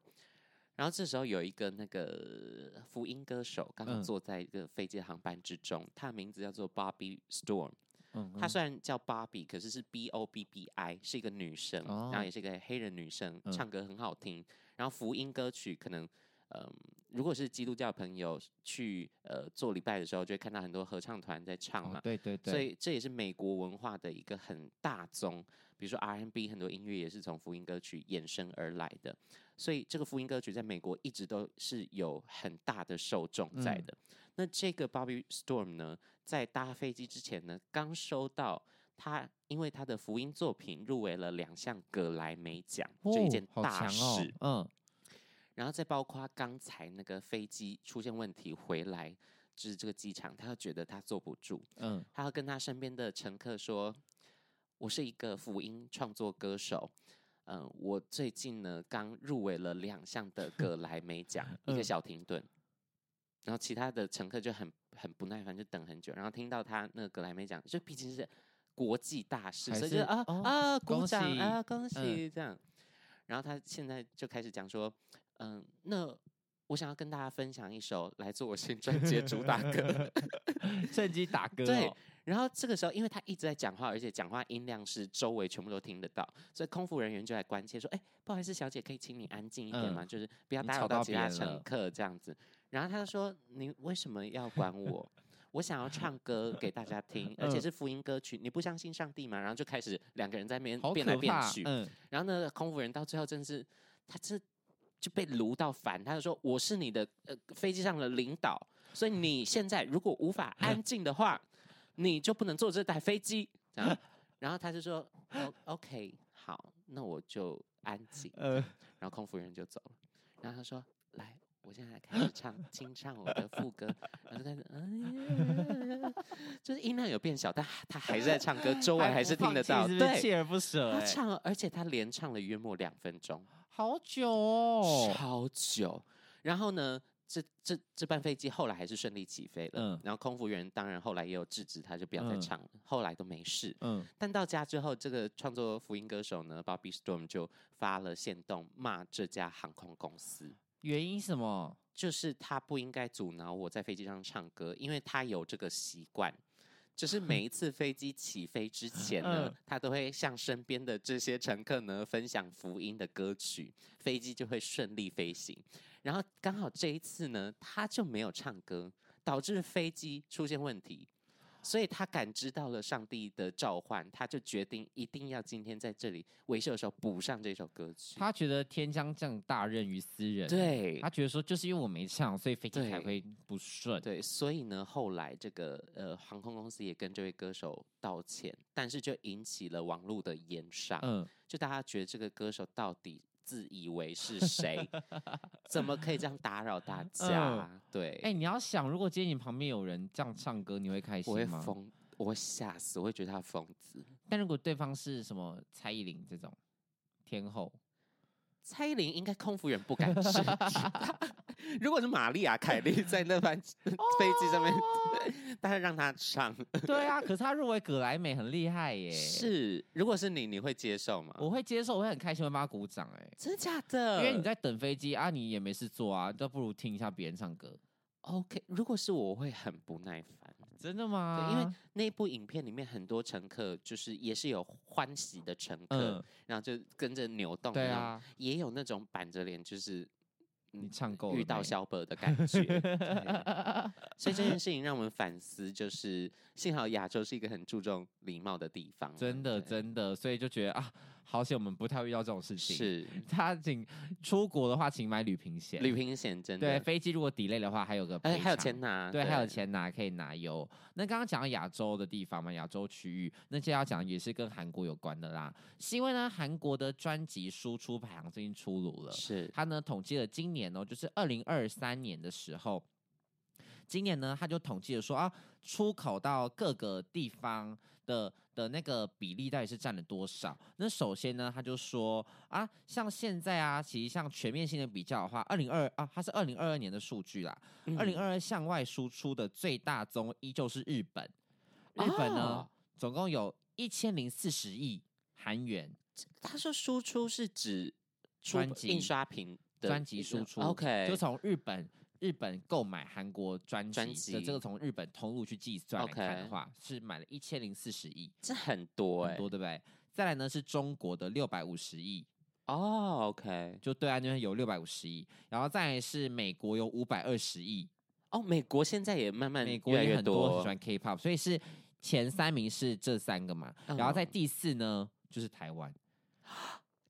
A: 然后这时候有一个那个福音歌手刚好
B: 嗯
A: 坐在一个飞机的航班之中，他的名字叫做 Bobby Storm。
B: 嗯，
A: 她虽然叫 Bobby，可是是 B O B B I，是一个女生，然后
B: 哦
A: 也是一个黑人女生，
B: 嗯
A: 唱歌很好听。然后福音歌曲可能，嗯、如果是基督教朋友去呃做礼拜的时候，就会看到很多合唱团在唱啊
B: 嗯
A: 嘛
B: 哦。对对对，
A: 所以这也是美国文化的一个很大宗，比如说 R&B 很多音乐也是从福音歌曲衍生而来的，所以这个福音歌曲在美国一直都是有很大的受众在
B: 嗯
A: 的。那这个 Bobby Storm 呢，在搭飞机之前呢，刚收到他因为他的福音作品入围了两项格莱美奖，
B: 哦
A: 这一件
B: 好
A: 大
B: 强
A: 事。
B: 哦，嗯，
A: 然后再包括刚才那个飞机出现问题回来，就是这个机场，他又觉得他坐不住，
B: 嗯，
A: 他要跟他身边的乘客说：“我是一个福音创作歌手，嗯、我最 近呢刚入围了两项的格莱美奖，一个
B: 嗯
A: 小停顿。然后其他的乘客就很很不耐烦，就等很久。然后听到他那个格莱美奖，就毕竟是国际大事，
B: 还
A: 所以就是啊、
B: 哦
A: 啊
B: 恭
A: 鼓掌
B: 喜嗯
A: 啊恭喜、这样。然后他现在就开始讲说，嗯、那我想要跟大家分享一首来自我新专辑的主打 歌。
B: 趁机打歌、哦，
A: 对，然后这个时候，因为他一直在讲话，而且讲话音量是周围全部都听得到，所以空服人员就来关切说：“哎、不好意思，小姐，可以请你安静一点吗？就是不要
B: 嗯你
A: 打
B: 吵
A: 扰
B: 到
A: 到其
B: 别
A: 他
B: 人了
A: 乘客这样子。”然后他就说：“你为什么要管我？我想要唱歌给大家听，而且
B: 嗯
A: 是福音歌曲。你不相信上帝吗？”然后就开始两个人在那边
B: 好
A: 变
B: 可
A: 来变
B: 怕
A: 去。
B: 嗯，
A: 然后呢，空服人到最后真是他这就被撸到烦，他就说我是你的呃飞机上的领导，所以你现在如果无 法安静的话，你就不能坐这台飞机。这 样然后他就说、哦、OK 好，那我就安静。
B: 呃，
A: 然后空服人就走了，然后他说来。我现在开始唱，清唱我的副歌，然后就开始，哎呀， 就是音量有变小，但他还是在唱 歌，周围还是听得到，
B: 是不
A: 对
B: 是，锲而不舍、
A: 他
B: 欸，
A: 唱了，而且他连唱了约莫两分钟，
B: 好久 哦，
A: 超久。然后呢，这这这班飞机后来还是顺利起飞了。
B: 嗯
A: 然后空服员当然后来也有制止他，就不要再
B: 嗯
A: 唱了。后来都没事。
B: 嗯，
A: 但到家之后，这个创作福音歌手呢，Bobby Storm 就发了线动骂这家航空公司，
B: 原因是什么？
A: 就是他不应该阻挠我在飞机上唱歌，因为他有这个习惯。就是每一次飞机起飞之前呢，
B: 嗯
A: 他都会向身边的这些乘客呢分享福音的歌曲，飞机就会顺利飞行。然后刚好这一次呢，他就没有唱歌，导致飞机出现问题。所以他感知到了上帝的召唤，他就决定一定要今天在这里维修的时候补上这首歌曲。
B: 他觉得天将降大任于斯人，，
A: 对
B: 他，觉得说就是因为我没唱，所以飞机
A: 对
B: 才会不顺，
A: 对，所以呢，后来这个呃航空公司也跟这位歌手道歉，但是就引起了网络的炎上，
B: 嗯，
A: 就大家觉得这个歌手到底自以为是谁， 怎么可以这样打扰 大家？对，
B: 嗯哎、你要想，如果今天你旁边有人这样唱歌，你会开
A: 我会
B: 心吗？
A: 疯，我会吓死，我会觉得他疯子。
B: 但如果对方是什么蔡依林这种天后，
A: 蔡依林应该空服员不敢吃， 如果是玛丽亚凯莉在那 班
B: 哦
A: 飞机上面， 但是让她唱
B: 对啊，可是他入围葛莱美很厉害耶，，
A: 是，啊如果是你，你会接受吗？
B: 我会接受，我会很开心，我会帮他鼓掌，哎。
A: 真的假的？
B: 因为你在等飞机啊，你也没事做啊，倒不如听一下别人唱歌。
A: OK，如果是我，我会很不耐烦。
B: 真的吗？
A: 对因为那一部影片里面很多乘客就是也是有欢喜的乘客，
B: 嗯，
A: 然后就跟着扭动，
B: 对，啊，
A: 也有那种板着脸就是
B: 你唱够
A: 嗯
B: 了
A: 遇到
B: 没
A: 小本的感 觉。对所以这件事情让我们反思，就是幸好亚洲是一个很注重礼貌的地方啊，
B: 真的
A: 对
B: 真的，所以就觉得啊，好险我们不太会遇到这种事情。，
A: 是
B: 他请出国的话，请买旅平险。
A: 旅行险真
B: 对
A: 的，
B: 飞机如果 delay 的话，还有个
A: 哎，
B: 赔
A: 还有
B: 偿
A: 钱拿，
B: 对，还有钱拿可以拿油。那刚刚讲到亚洲的地方嘛，亚洲区域，那接下来要讲也是跟韩国有关的啦，是因为呢韩国的专辑输出排行最近出炉了，
A: 是
B: 他呢统计了今年哦，就是二零二三年的时候，今年呢他就统计了说啊，出口到各个地方的的那个比例到底是占了多少？那首先呢，他就说啊，像现在啊，其实像全面性的比较的话，二零二啊，它是二零二二年的数据啦，二零
A: 嗯
B: 二二向外输出的最大宗依旧是日本，日本呢、
A: 哦
B: 总共有一千零四十亿韩元。
A: 他说输出是指出
B: 专
A: 版
B: 辑
A: 印刷品的
B: 专辑
A: 一
B: 输
A: 个
B: 出
A: ，OK，
B: 就从日本日本购买韩国专
A: 专
B: 辑的这
A: 辑
B: 个从日本通路去计算来看的
A: OK
B: 话是买了一千零四十亿，
A: 这很多哎、
B: 很多对不对？再来呢是中国的六百五十亿，
A: 哦，OK，
B: 就对岸那边有六百五十亿，然后再来是美国有五百二十亿，
A: 哦，美国现在也慢慢
B: 美
A: 越
B: 国
A: 来
B: 也
A: 越
B: 很多
A: 多
B: 喜，欢 K-pop，所以是前三名是这三个嘛，然后在
A: 嗯
B: 第四呢就是台湾，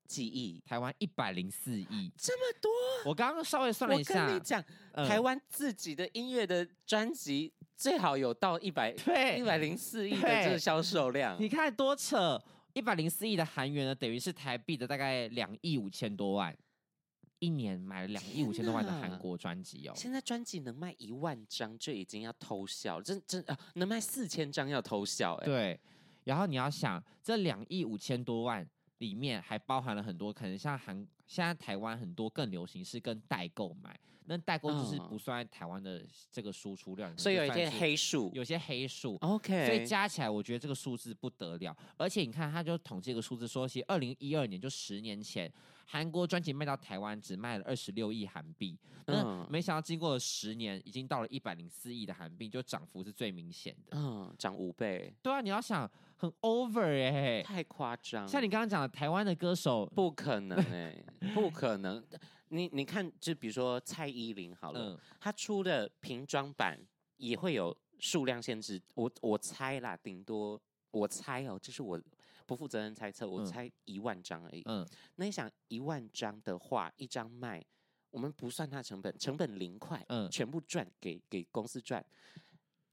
A: 记忆
B: 台湾一百零四亿，
A: 这么多，
B: 我刚刚稍微算了一
A: 我
B: 下
A: 跟你，讲，
B: 嗯
A: 台湾自己的音乐的专辑最好有到一百
B: 对
A: 一百零四亿的这
B: 对
A: 个销售量，
B: 你看多扯，一百零四亿的韩元呢，等于是台币的大概两亿五千多万，一年买了两亿五千多万的
A: 天哪
B: 韩国专辑哦。
A: 现在专辑能卖一万张就已经要偷笑了，真真啊、能卖四千张要偷笑哎、
B: 对，然后你要想，这两亿五千多万里面还包含了很多，可能像韩现在台湾很多更流行是跟代购买，那代购就是
A: 嗯
B: 不算台湾的这个输出量，
A: 所以有一
B: 可
A: 些
B: 能就算是
A: 黑数
B: 有些黑数。
A: ，OK，
B: 所以加起来，我觉得这个数字不得了。而且你看，他就统计一个数字说，其实二零一二年就十年前，韩国专辑卖到台湾只卖了二十六亿韩币。那
A: 嗯
B: 没想到经过了十年，已经到了一百零四亿的韩币，就涨幅是最明显的。
A: 嗯，涨五倍，
B: 对啊，你要想很 over 哎、
A: 太夸张，
B: 像你刚刚讲的，台湾的歌手，
A: 不可 能哎、不可能。你你看，就比如说蔡依林好了，
B: 嗯，
A: 她出的瓶装版也会有数量限制，我我猜啦，顶多我猜哦，这是我不负责任猜测，我
B: 嗯
A: 猜一万张而已。
B: 嗯
A: 那你想一万张的话，一张卖，我们不算它成本，成本零块，
B: 嗯
A: 全部赚给给公司赚。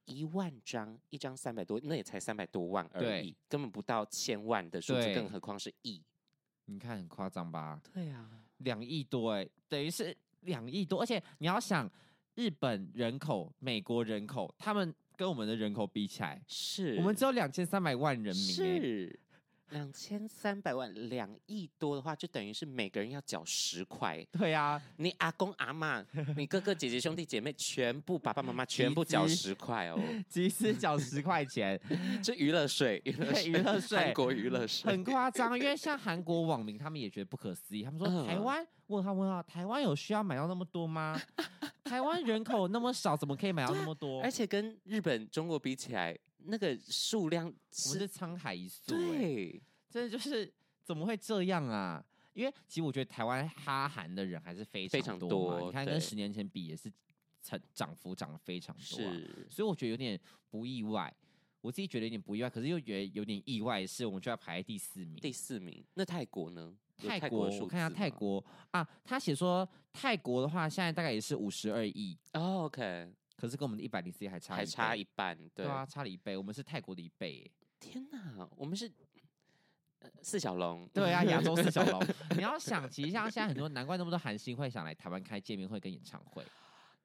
A: 一万张，一张三百多，那也才三百多万而
B: 对
A: 已，根本不到千万的数字，
B: 对
A: 更何况是亿。
B: 你看很夸张吧？
A: 对啊，
B: 两亿多哎、等于是两亿多，而且你要想日本人口、美国人口，他们跟我们的人口比起来，
A: 是
B: 我们只有两千三百万人民、欸，
A: 是两千三百万，两亿多的话，就等于是每个人要缴十块。
B: 对啊，
A: 你阿公阿妈、你哥哥姐姐、兄弟姐妹，全部爸爸妈妈全部缴
B: 集
A: 十块哦，
B: 集资缴十 块钱，
A: 这娱乐税，娱乐
B: 对
A: 税，
B: 娱乐
A: 韩
B: 税
A: 国娱乐税，
B: 很夸张。因为像韩国网民他们也觉得不可思议，他们说
A: 嗯
B: 台湾问号问号，台湾有需要买到那么多吗？ 台湾人口那么少，怎么可以买到那么多？
A: 啊而且跟日本、中国比起来，那个数量
B: 我们
A: 是
B: 是沧海一粟、欸，
A: 对，
B: 真的就是怎么会这样啊？因为其实我觉得台湾哈韩的人还是非
A: 非常
B: 常多嘛，
A: 多
B: 你看
A: 对
B: 跟十年前比也是成涨幅涨得非常多、啊，
A: 是
B: 所以我觉得有点不意外。我自己觉得有点不意外，可是又觉得有点意外，是我们居然排在第四名。
A: 第四名。那泰国呢？有
B: 泰
A: 国
B: 国
A: 的，数
B: 我看一下
A: 字
B: 泰
A: 吗
B: 国啊，他写说泰国的话，现在大概也是五十二亿，
A: 哦，OK，
B: 可是跟我们的一百零四亿还差
A: 还
B: 一
A: 差
B: 倍
A: 一半，对
B: 对啊，差了一倍，我们是泰国的一倍欸耶。
A: 天哪，我们是、呃、四小龙，
B: 对啊，亚洲四小 龙，你要想，其实像现在很多，难怪那么多韩星会想来台湾开见面会跟演唱会。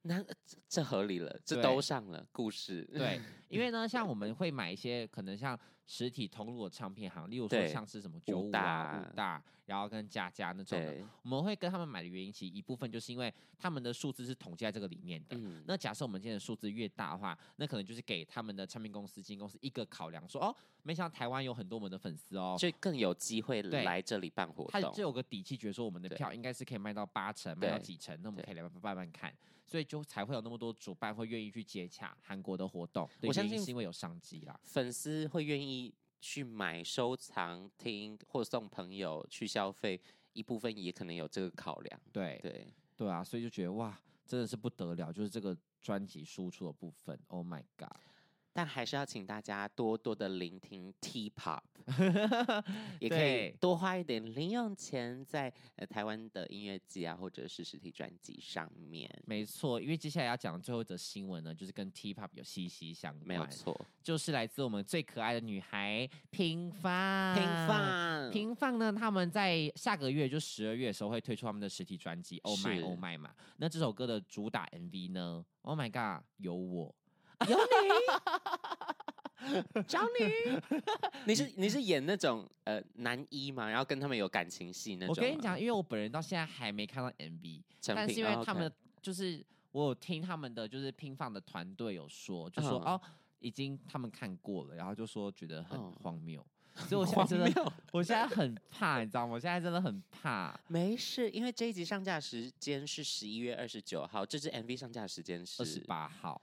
A: 那这这合理了，这
B: 对
A: 都上了故事，
B: 对，因为呢，像我们会买一些可能像实体通路的唱片行，例如说
A: 对
B: 像是什么九
A: 武
B: 五啊、
A: 大
B: 武大，然后跟佳佳那种的，
A: 对，
B: 我们会跟他们买的原因，其实一部分就是因为他们的数字是统计在这个里面的。
A: 嗯，
B: 那假设我们今天的数字越大的话，那可能就是给他们的唱片公司、经纪公司一个考量，说哦，没想到台湾有很多我们的粉丝哦，
A: 就更有机会
B: 对
A: 来这里办活
B: 他
A: 动
B: 就，有个底气，觉得说我们的
A: 对
B: 票应该是可以卖到八成，卖到
A: 对
B: 几成，那我们
A: 对
B: 可以来慢慢慢看，所以就才会有那么多主办会愿意去接洽韩国的活动。对
A: 我相
B: 原因
A: 信
B: 是因为有商机啦，
A: 粉丝会愿意去买、收藏、听或送朋友去消费，一部分也可能有这个考量，
B: 对
A: 嗯对，
B: 对啊，所以就觉得哇，真的是不得了，就是这个专辑输出的部分，Oh my god！
A: 但还是要请大家多多的聆听 T-pop，也可以
B: 对
A: 多花一点零用钱在呃台湾的音乐季啊，或者是实体专辑上面，
B: 没错，因为接下来要讲的最后一则新闻呢，就是跟 T-pop 有息息相关，
A: 没有错。
B: 就是来自我们最可爱的女孩平凡，
A: 平放
B: 平放呢，他们在下个月就十二月的时候会推出他们的实体专辑《Oh
A: 是
B: My Oh My》嘛。那这首歌的主打 MV 呢，《Oh My God》有我，
A: 有你，找你。 你是你是演那种呃男一嘛，然后跟他们有感情戏那种
B: 我
A: 吗。
B: 跟你讲，因为我本人到现在还没看到 MV，
A: 成品，
B: 但是因
A: 哦
B: 为
A: ，OK
B: 他 们就是我有听他们的就是拼放的团队有说，就说、
A: 嗯
B: 哦，已经他们看过了，然后就说觉得很
A: 嗯
B: 荒谬，所以我现在真的，我现在很怕，你知道吗？我现在真的很怕。
A: 没事，因为这一集上架时间是十一月二十九号，这支 MV 上架时间 是
B: 二十八号，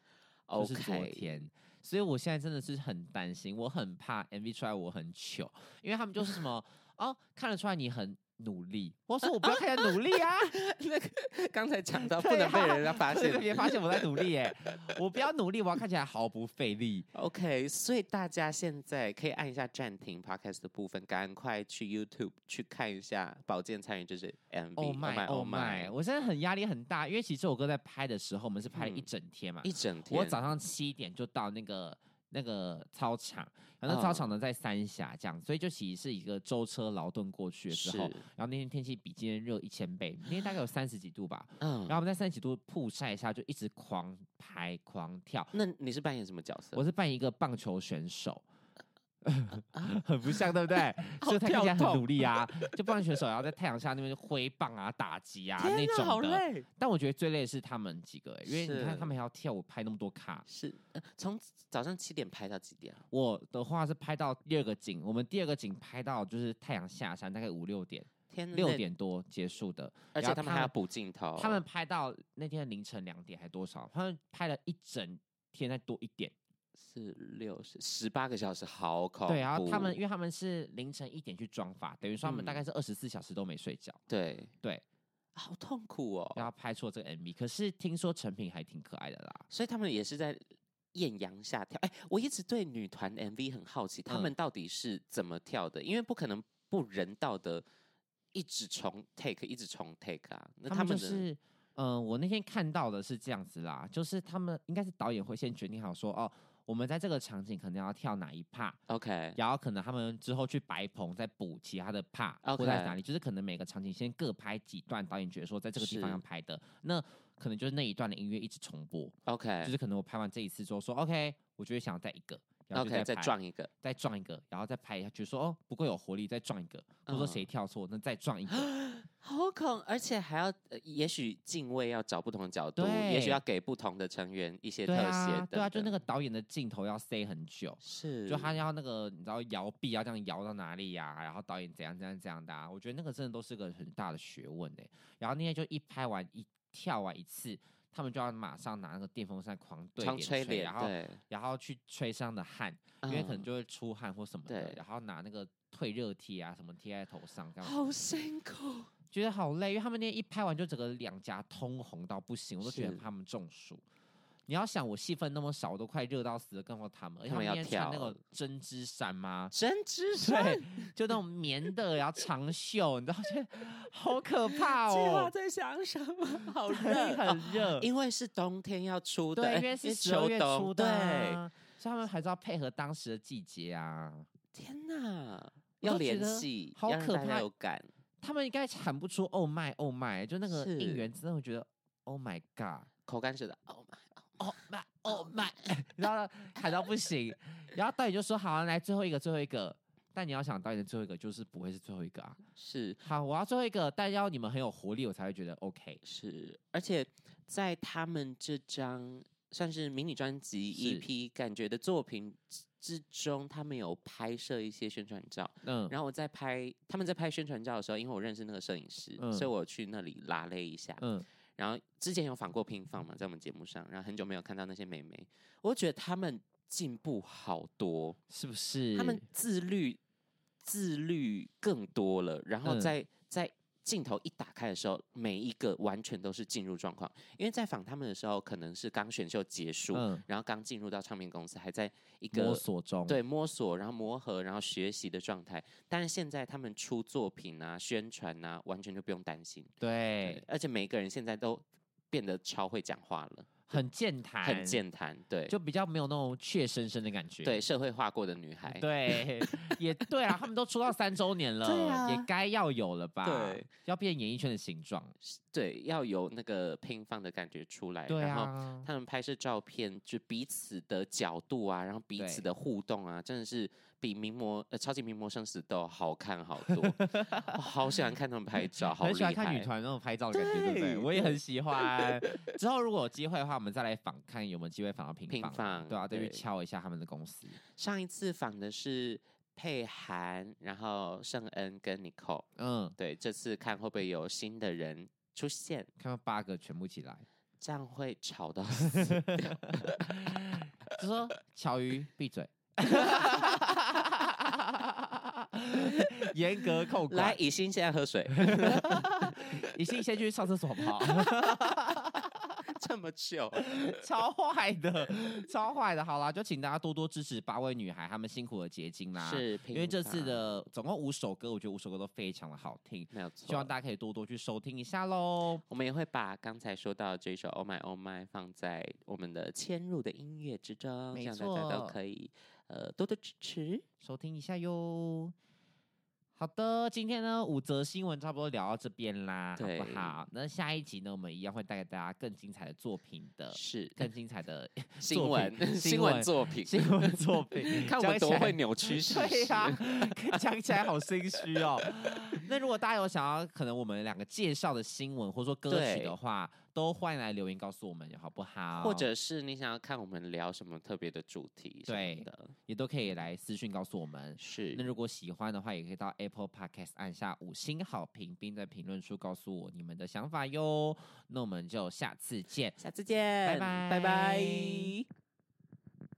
B: 就
A: OK，
B: 是昨天。所以我现在真的是很担心，我很怕 MV 出来我很糗，因为他们就是什么哦，看得出来你很努力。我说我不要看起来努力啊，
A: 那个刚才讲到不
B: 对
A: 能被
B: 啊
A: 人家 发
B: 对
A: 现
B: 被别人发现我在努力耶、我不要努力，我要看起来毫不费力。
A: OK，所以大家现在可以按一下暂停 Podcast 的部分，赶快去 YouTube 去看一下宝剑参与这支 MV。
B: Oh my oh my，我现在很压力很大，因为其实这首歌在拍的时候，我们是拍了一
A: 嗯
B: 整天嘛，
A: 一整天，
B: 我早上七点就到那个那个操场，然后
A: 嗯
B: 那操场呢在三峡这样，所以就其实是一个舟车劳顿过去的时候
A: 是，
B: 然后那天天气比今天热一千倍，那天大概有三十几度吧，
A: 嗯
B: 然后我们在三十几度曝晒下就一直狂拍狂跳，
A: 那你是扮演什么角色？ 啊
B: 我是扮演一个棒球选手。 很不像，对不对？所以他看起来
A: 跳
B: 很
A: 痛
B: 努力啊，就棒球选手然后在太阳下那边挥棒啊、打击啊那
A: 天哪，好
B: 种的。
A: 累。
B: 但我觉得最累的是他们几个、欸，因为你看
A: 是
B: 他们还要跳舞拍那么多卡。
A: 是，呃从早上七点拍到几点啊？
B: 我的话是拍到第二个景，我们第二个景拍到就是太阳下山，大概五六点、
A: 天哪，
B: 六
A: 那，
B: 点多结束的。
A: 而
B: 然
A: 且
B: 后
A: 他们
B: 他
A: 还要
B: 们
A: 补镜头。
B: 他们拍到那天凌晨两点还多少？他们拍了一整天，再多一点。
A: 是六十十八个小时，好恐怖。
B: 对，然后他们因为他们是凌晨一点去妆发，等于说他们大
A: 哦嗯
B: 概是二十四小时都没睡觉，
A: 对
B: 对，
A: 好痛苦
B: 然
A: 哦。
B: 后拍出了这个 MV。可是听说成品还挺可爱的啦，
A: 所以他们也是在艳阳下跳。哎，我一直对女团 MV 很好奇，他
B: 嗯
A: 们到底是怎么跳的？因为不可能不人道的一直重 take，一直重 take 啊。那
B: 他们就
A: 们的
B: 是。嗯，我那天看到的是这样子啦，就是他们应该是导演会先决定好说，哦，我们在这个场景可能要跳哪一帕，
A: OK，
B: 然后可能他们之后去白棚再补其他的帕或在哪
A: OK
B: 里，就是可能每个场景先各拍几段，导演觉得说在这个地方
A: 是
B: 要拍的，那可能就是那一段的音乐一直重播，
A: OK，
B: 就是可能我拍完这一次之后说 OK，我就会想要再一个，然后就
A: OK，再
B: 拍
A: 撞一个，
B: 再撞一个，然后再拍一下，觉得说哦不够有活力，再撞一个，或者说
A: 嗯
B: 谁跳错，那再撞一个，
A: 好恐，而且还要，呃也许敬畏要找不同的角度，也许
B: 对
A: 要给不同的成员一些特
B: 对
A: 写
B: 啊，对啊，就
A: 等
B: 那
A: 等
B: 个导演的镜头要塞很久。
A: 是，
B: 就他要那个，你知道摇臂要这样摇到哪里呀、然后导演怎样怎样怎样的、啊，我觉得那个真的都是个很大的学问哎、然后那天就一拍完一跳完一次，他们就要马上拿那个电风扇狂对
A: 常
B: 脸
A: 吹脸，
B: 然后
A: 对，
B: 然后去吹身上的汗，因为可能
A: 嗯
B: 就会出汗或什么的，
A: 对
B: 然后拿那个退热贴啊什么贴在头上，干嘛
A: 好辛苦，
B: 觉得好累，因为他们那天一拍完就整个两颊通红到不行，我都觉得
A: 是
B: 他们中暑。你要想我戏份那么少，我都快热到死了，更何况他们，而且
A: 他们
B: 们
A: 要
B: 那天穿那
A: 跳
B: 个针织衫啊吗？
A: 针织衫
B: 对，，就那种棉的，然后长袖，你知道，觉得好可怕
A: 计划
B: 哦，
A: 在想什 么？好
B: 对
A: 热，
B: 很
A: 哦
B: 热，
A: 因为是冬天要出的，
B: 对，
A: 哎
B: 因为是十
A: 秋
B: 二月
A: 冬
B: 初的、
A: 对，
B: 啊，所以他们还是要配合当时的季节啊。
A: 天哪，要
B: 都觉
A: 联
B: 得
A: 系，
B: 好
A: 要让
B: 可
A: 大家
B: 怕
A: 有感，
B: 他们应该喊不出 “Oh my, Oh my”，就那个
A: 是
B: 应援真的，我觉得 “Oh my God”。
A: 口干舌的，Oh my，
B: 哦买哦买， 然后呢喊到不 行，然后导演就说好、啊，来最后一个最后一个，但你要想导演的最后一个就是不会是最后一个啊。
A: 是。
B: 好，我要最后一个，但要你们很有活力，我才会觉得 OK。
A: 是，而且在他们这张算是迷你专辑
B: 是
A: EP 感觉的作品之之中，他们有拍摄一些宣传照。
B: 嗯，
A: 然后我在拍他们在拍宣传照的时候，因为我认识那个摄影师，
B: 嗯
A: 所以我去那里拉了一下。
B: 嗯，
A: 然后之前有访过乒乓嘛，在我们节目上，然后很久没有看到那些美眉，我觉得他们进步好多，
B: 是不是？
A: 他们自律自律更多了，然后
B: 嗯
A: 在、在镜头一打开的时候，每一个完全都是进入状况。因为在访他们的时候，可能是刚选秀结束，
B: 嗯
A: 然后刚进入到唱片公司，还在一个
B: 摸索中，
A: 对摸索，然后磨合，然后学习的状态。但是现在他们出作品啊、宣传啊，完全就不用担心。
B: 对
A: 对，，而且每个人现在都变得超会讲话了，
B: 很健谈，
A: 很，健谈，对，
B: 就比较没有那种怯生生的感觉。
A: 对社会化过的女孩，
B: 对，也对啊，他们都出道三周年了，
A: 对啊
B: 也该要有了吧？
A: 对，
B: 要变演艺圈的形状。
A: 对，要有那个乒乓的感觉出来，
B: 对
A: 哎然后
B: 啊，
A: 他们拍摄照片，就彼此的角度啊，然后彼此
B: 对
A: 的互动啊，真的是比名模呃超级名模生死斗好看好多。 我好喜欢看他们拍照，好
B: 很喜欢
A: 厉
B: 看女
A: 害。
B: 团那种拍照的感觉，对不对？
A: 对
B: 我也很喜欢。之后如果有机会的话，我们再来访看有没有机会访到平
A: 平
B: 房
A: 房
B: 对啊，再去
A: 对
B: 敲一下他们的公司。
A: 上一次访的是佩涵，然后圣恩跟 Nicole，
B: 嗯，
A: 对，这次看会不会有新的人出现，
B: 看到八个全部起来，
A: 这样会吵到 死。
B: 就说乔瑜闭嘴， 严格控管。
A: 来，，以欣现在喝水，
B: 你先先去上厕所好不好？
A: 这么久，
B: 超坏 的，超坏的。好啦，就请大家多多支持八位女孩她们辛苦的结晶啦。。
A: 是
B: 因为这次
A: 平凡
B: 的总共五首歌，我觉得五首歌都非常的好听，
A: 没有
B: 希望
A: 错。
B: 大家可以多多去收听一下喽。
A: 我们也会把刚才说到的这首《Oh My Oh My》放在我们的嵌入的音乐之中，
B: 没
A: 希望大家都
B: 错
A: 可以呃多多支持。
B: 收听一下哟。好的，今天呢五则新闻差不多聊到这边啦，好
A: 对
B: 不好？那下一集呢，我们一样会带给大家更精彩的作品的，
A: 是
B: 更精彩 的
A: 新
B: 呃作品
A: 闻
B: 新
A: 新闻
B: 闻
A: 作品，。
B: 新闻作 品
A: 看我们
B: 讲
A: 多
B: 起来
A: 会扭曲事
B: 对
A: 实。
B: 呀、讲起来好心虚哦。那如果大家有想要可能我们两个介绍的新闻或者说歌曲
A: 对
B: 的话，都欢迎来留言告诉我们，好不好？
A: 或者是你想要看我们聊什么特别的主题什么
B: 对
A: 的，
B: 也都可以来私讯告诉我们。
A: 是
B: 那如果喜欢的话，也可以到 Apple Podcast 按下五星好评，并在评论处告诉我你们的想法哟。那我们就下次见，
A: 下次见，
B: 拜拜
A: 拜拜。